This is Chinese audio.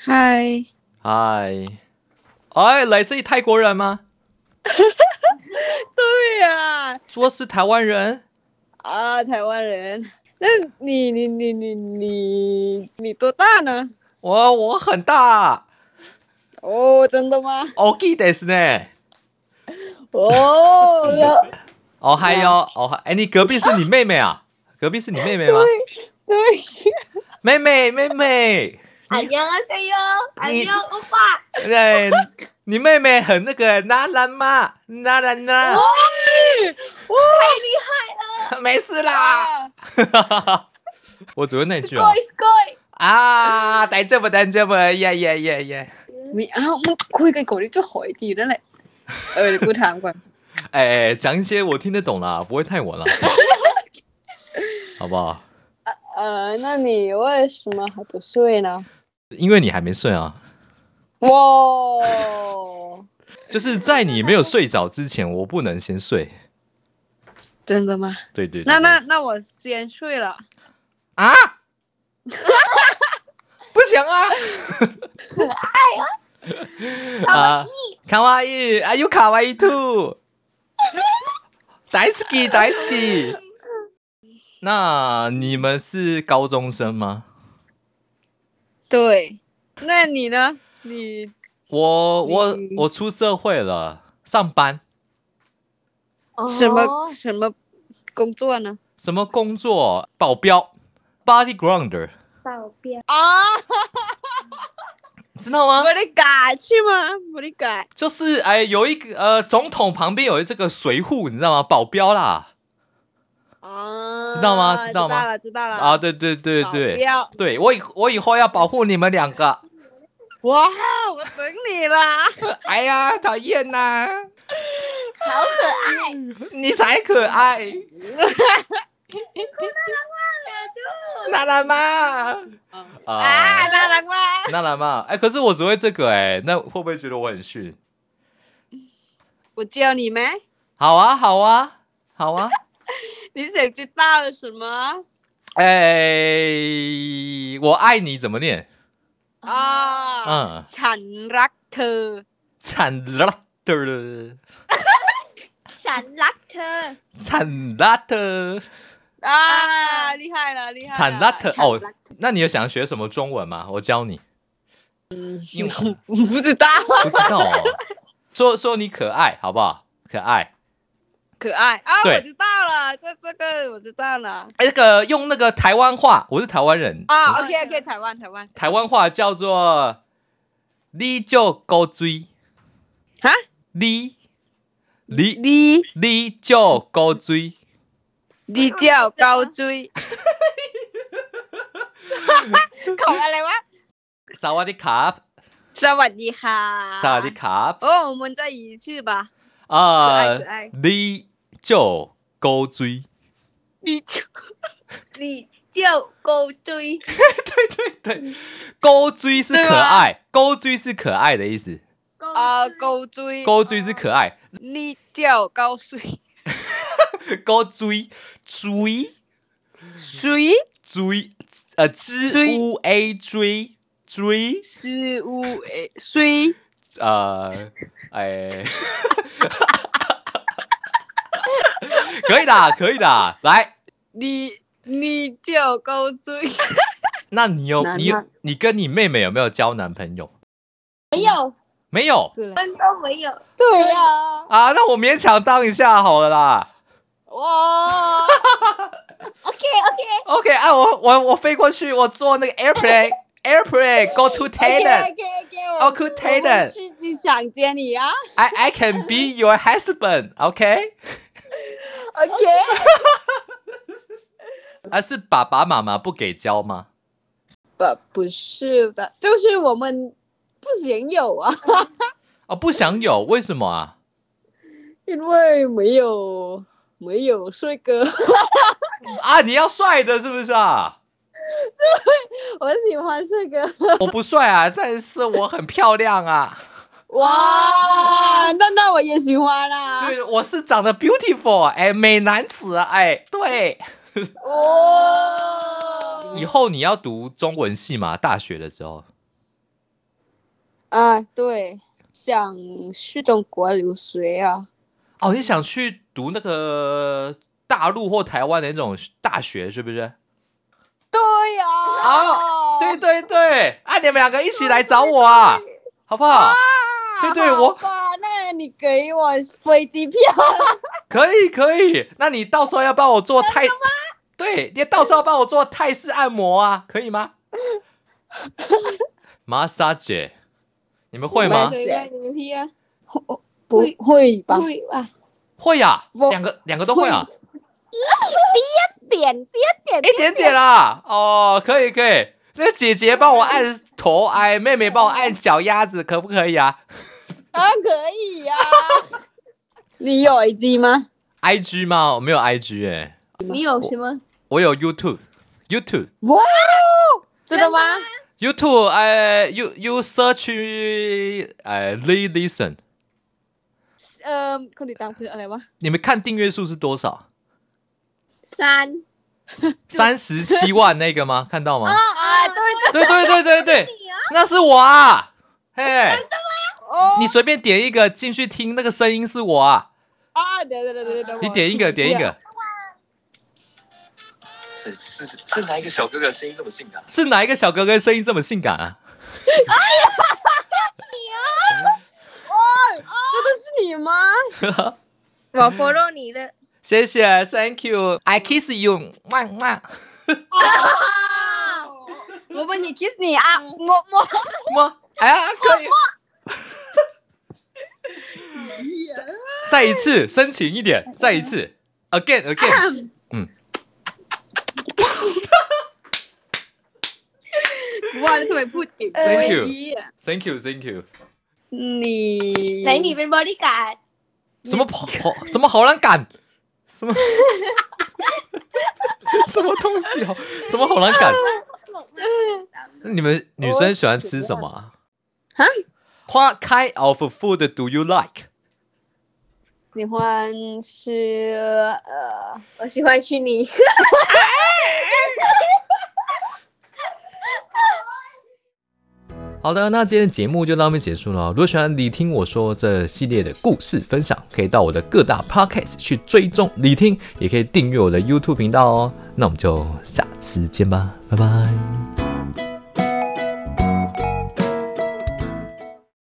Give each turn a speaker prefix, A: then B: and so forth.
A: 嗨，
B: 嗨，哎，来自于泰国人吗？
A: 对呀、啊，
B: 说是台湾人，
A: 台湾人。那你你你你你你多大呢？
B: 我我很大啊
A: 哦，真的吗？
B: ，OK 的是呢。
A: 哦，有
B: 哦嗨哟，哦嗨，哎，你隔壁是你妹妹啊？隔壁是你妹妹吗？
A: 对，
B: 妹妹妹妹，
C: 안녕하세요，안녕欧巴，
B: 哎，你妹妹很那个那兰吗？那兰那，
C: 太厉害了
B: 没事啦。 我只会那句啊
C: ，Sky Sky，
B: 啊，等这不等这不，耶耶耶耶！
A: 你啊，我คุยกันก่อนที่จะหอยจีนั่นแหละเออเดี๋ยวกูถามก่อน
B: 哎，讲一些我听得懂啦，不 会太晚了，好不好？
A: เออ呃那你为什么还不睡呢？
B: 因为你还没睡啊。
A: 哇，
B: 就是在你没有睡着之前，我不能先睡。
A: 真的吗？
B: 对对对
A: 那那那我先睡了。
B: 啊， 不行啊！可爱 啊！啊，卡哇伊，啊有卡哇伊兔，大好き大好き。那你们是高中生吗？
A: 对，那你呢？你
B: 我我
A: 嗯
B: 我出社会了，上班，
A: 什么、什么工作呢？
B: 什么工作？保镖，body grounder，
C: 保镖？
A: 啊，
B: 知道吗？
A: 我得改去吗？我得改。
B: 就是哎，有一个呃，总统旁边有这个随护，你知道吗？保镖啦，
A: 啊，
B: 知道吗知道吗
A: 了，知道了
B: 啊，，对对对
A: 不
B: 对，
A: 要
B: 对我以我以后要保护你们两个。
A: 哇，我等你啦！
B: 哎呀，讨厌呐、
C: 好可爱，
B: 你才可 爱，娜娜妈
C: 哦
A: 啊，
B: 啊，
A: 拉拉瓜，
B: 娜娜妈，哎，可是我只会这个哎，那会不会觉得我很逊？
A: 我教你们，
B: 好啊，好啊，好啊，
A: 你想知道什么
B: 哎，我爱你怎么念？
A: 啊？
B: 嗯，
A: ฉันรักเธอ
B: 惨了的。
C: 闪拉特，
B: 惨辣的，
A: 啊，厉害了，厉害了！
B: 惨辣的哦
A: ฉันรัก。
B: 那你有想学什么中文吗？我教你。
A: 嗯
B: 因 为
A: 我
B: 我
A: 不知道，
B: 不知道哦。说说你可爱好不好？可爱。
A: 可爱啊，
B: 对
A: 我知道了，这这个我知道了
B: 哎，那个用那个台湾话，我是台湾人，
A: 啊。OK OK，台湾台湾
B: 台湾话叫做“你就狗追
A: 啊，”，
B: 你你
A: 你
B: 你就狗追，
A: 你叫高 追，ของอะไรวะ
B: 萨瓦迪卡，
A: สวัสดีค่ะ
B: 萨瓦迪卡，
A: โอ้มันจะอีชื่อปะ 可爱可
B: 啊
A: 爱，
B: 你就狗追，
A: ดี
C: 你就勾追，
B: 对，狗追是可爱，狗追是可爱的意思。
C: 勾
A: อ่าโก
C: 追
A: จุย
B: 勾追是可爱，
A: นี่เจียวเกาซุย
B: 勾追追
A: ซุย
B: 追，呃，知
A: 追
B: 乌 a 追追，
A: ซูอูเอซุย
B: 呃，哎， 可以啦，可以啦，来，
A: นี่นี่เจียวเกาซุย
B: 那你有
A: 难
B: 你有
A: 吗
B: 你跟你妹妹有没有交男朋友？
C: 没有，
B: 没有
A: คืออะไร
C: 分都没有，
A: ตัว
C: 没有，
B: 啊，那我勉强当一下好了啦。
A: ว้า
B: OK 啊，我我我飞过去，我坐那个 airplane airplane go to
A: โอเค
B: Thailand
A: โอเคโอเคโอ
B: go to
A: เค
B: Thailand。
A: ชื่อจีฉังเจียนี่อ่ะ
B: I I can be your husband, OK？
A: โอเค
B: 啊，是爸爸妈妈不给教吗？
A: 不不是的就是我们不行有啊
B: 哦，不想有，为什么啊？
A: 因为没有没有帅哥
B: 啊，你要帅的，是不是啊？
A: 我喜欢帅哥
B: 我不帅啊，但是我很漂亮啊。
A: 哇，那那我也喜欢啦。
B: 对，我是长得 beautiful，哎，美男子，哎，对。
A: 哦，嗯
B: 以后你要读中文系吗？大学的时候
A: 啊，对，想去中国留学啊，
B: 哦，你想去读那个大陆或台湾的那种大学，是不是？
A: 对呀、
B: 哦对对对，啊，你们两个一起来找我啊，好不好？对对，
A: 好
B: 我
A: 吧，那你给我飞机票，
B: 可以可以。那你到时候要帮我做泰，对，你到时候帮我做泰式按摩啊，可以 吗？Massage，你们会吗
A: 没？事
C: đi à
A: 不
C: 会
A: 会吧？
C: vui à
B: 会呀、
A: 我
B: 两个两个都会啊，
A: 点点点
B: 一点点啦。哦，可以可以。那姐姐帮 我按头，哎，妹妹帮我按脚丫子，可不可以啊
A: 啊，可以呀、 你有耳机吗？
B: ？IG 吗？我没有 IG 哎、
C: 你有什么
B: 我有 YouTube，YouTube。
A: 哇，
C: 真的吗
B: YouTube，哎，you you search，哎，Lee Listen，
A: 呃，可以当朋友来吗？
B: 你们看订阅数是多少？
C: 三
B: 三十七万那个吗？看到吗？
C: 啊对对
B: 对对对对对，那是我啊！嘿，
A: 哦
B: 你随便点一个进去听，那个声音是我啊！
A: 啊，对对对对对，
B: 你点一个，点一个，
D: 是是是是哪一个小哥哥声音那么性感？
B: 是哪一个小哥哥声音这么性感啊？
A: 这个是你吗？
C: 我 follow 你的
B: 谢谢，Thank you，I kiss you，哇哇，
C: 啊
A: 我帮你 kiss 你啊，
C: Ừ.
A: 么么。
B: 么？哎呀，可以，再一次，深情一点，再一次，again again。
A: ว่าทำไมพูดเก่ง
B: Thank
A: เอ้ย
B: you Thank you, thank you。
A: นี่
C: ไหน你เป็น bodyguard
B: 什么跑跑什么好难赶？什么 什么东西哦？什么好难赶？你们女生喜欢吃什么啊？
A: 哈
B: ？What kind of food do you like？
A: 喜欢吃呃
C: 我喜欢去你
B: 好的，那今天的节目就到这边结束了。如果喜欢你听我说这系列的故事分享，可以到我的各大 podcast 去追踪你听，也可以订阅我的 YouTube 频道哦。那我们就下次见吧，拜拜。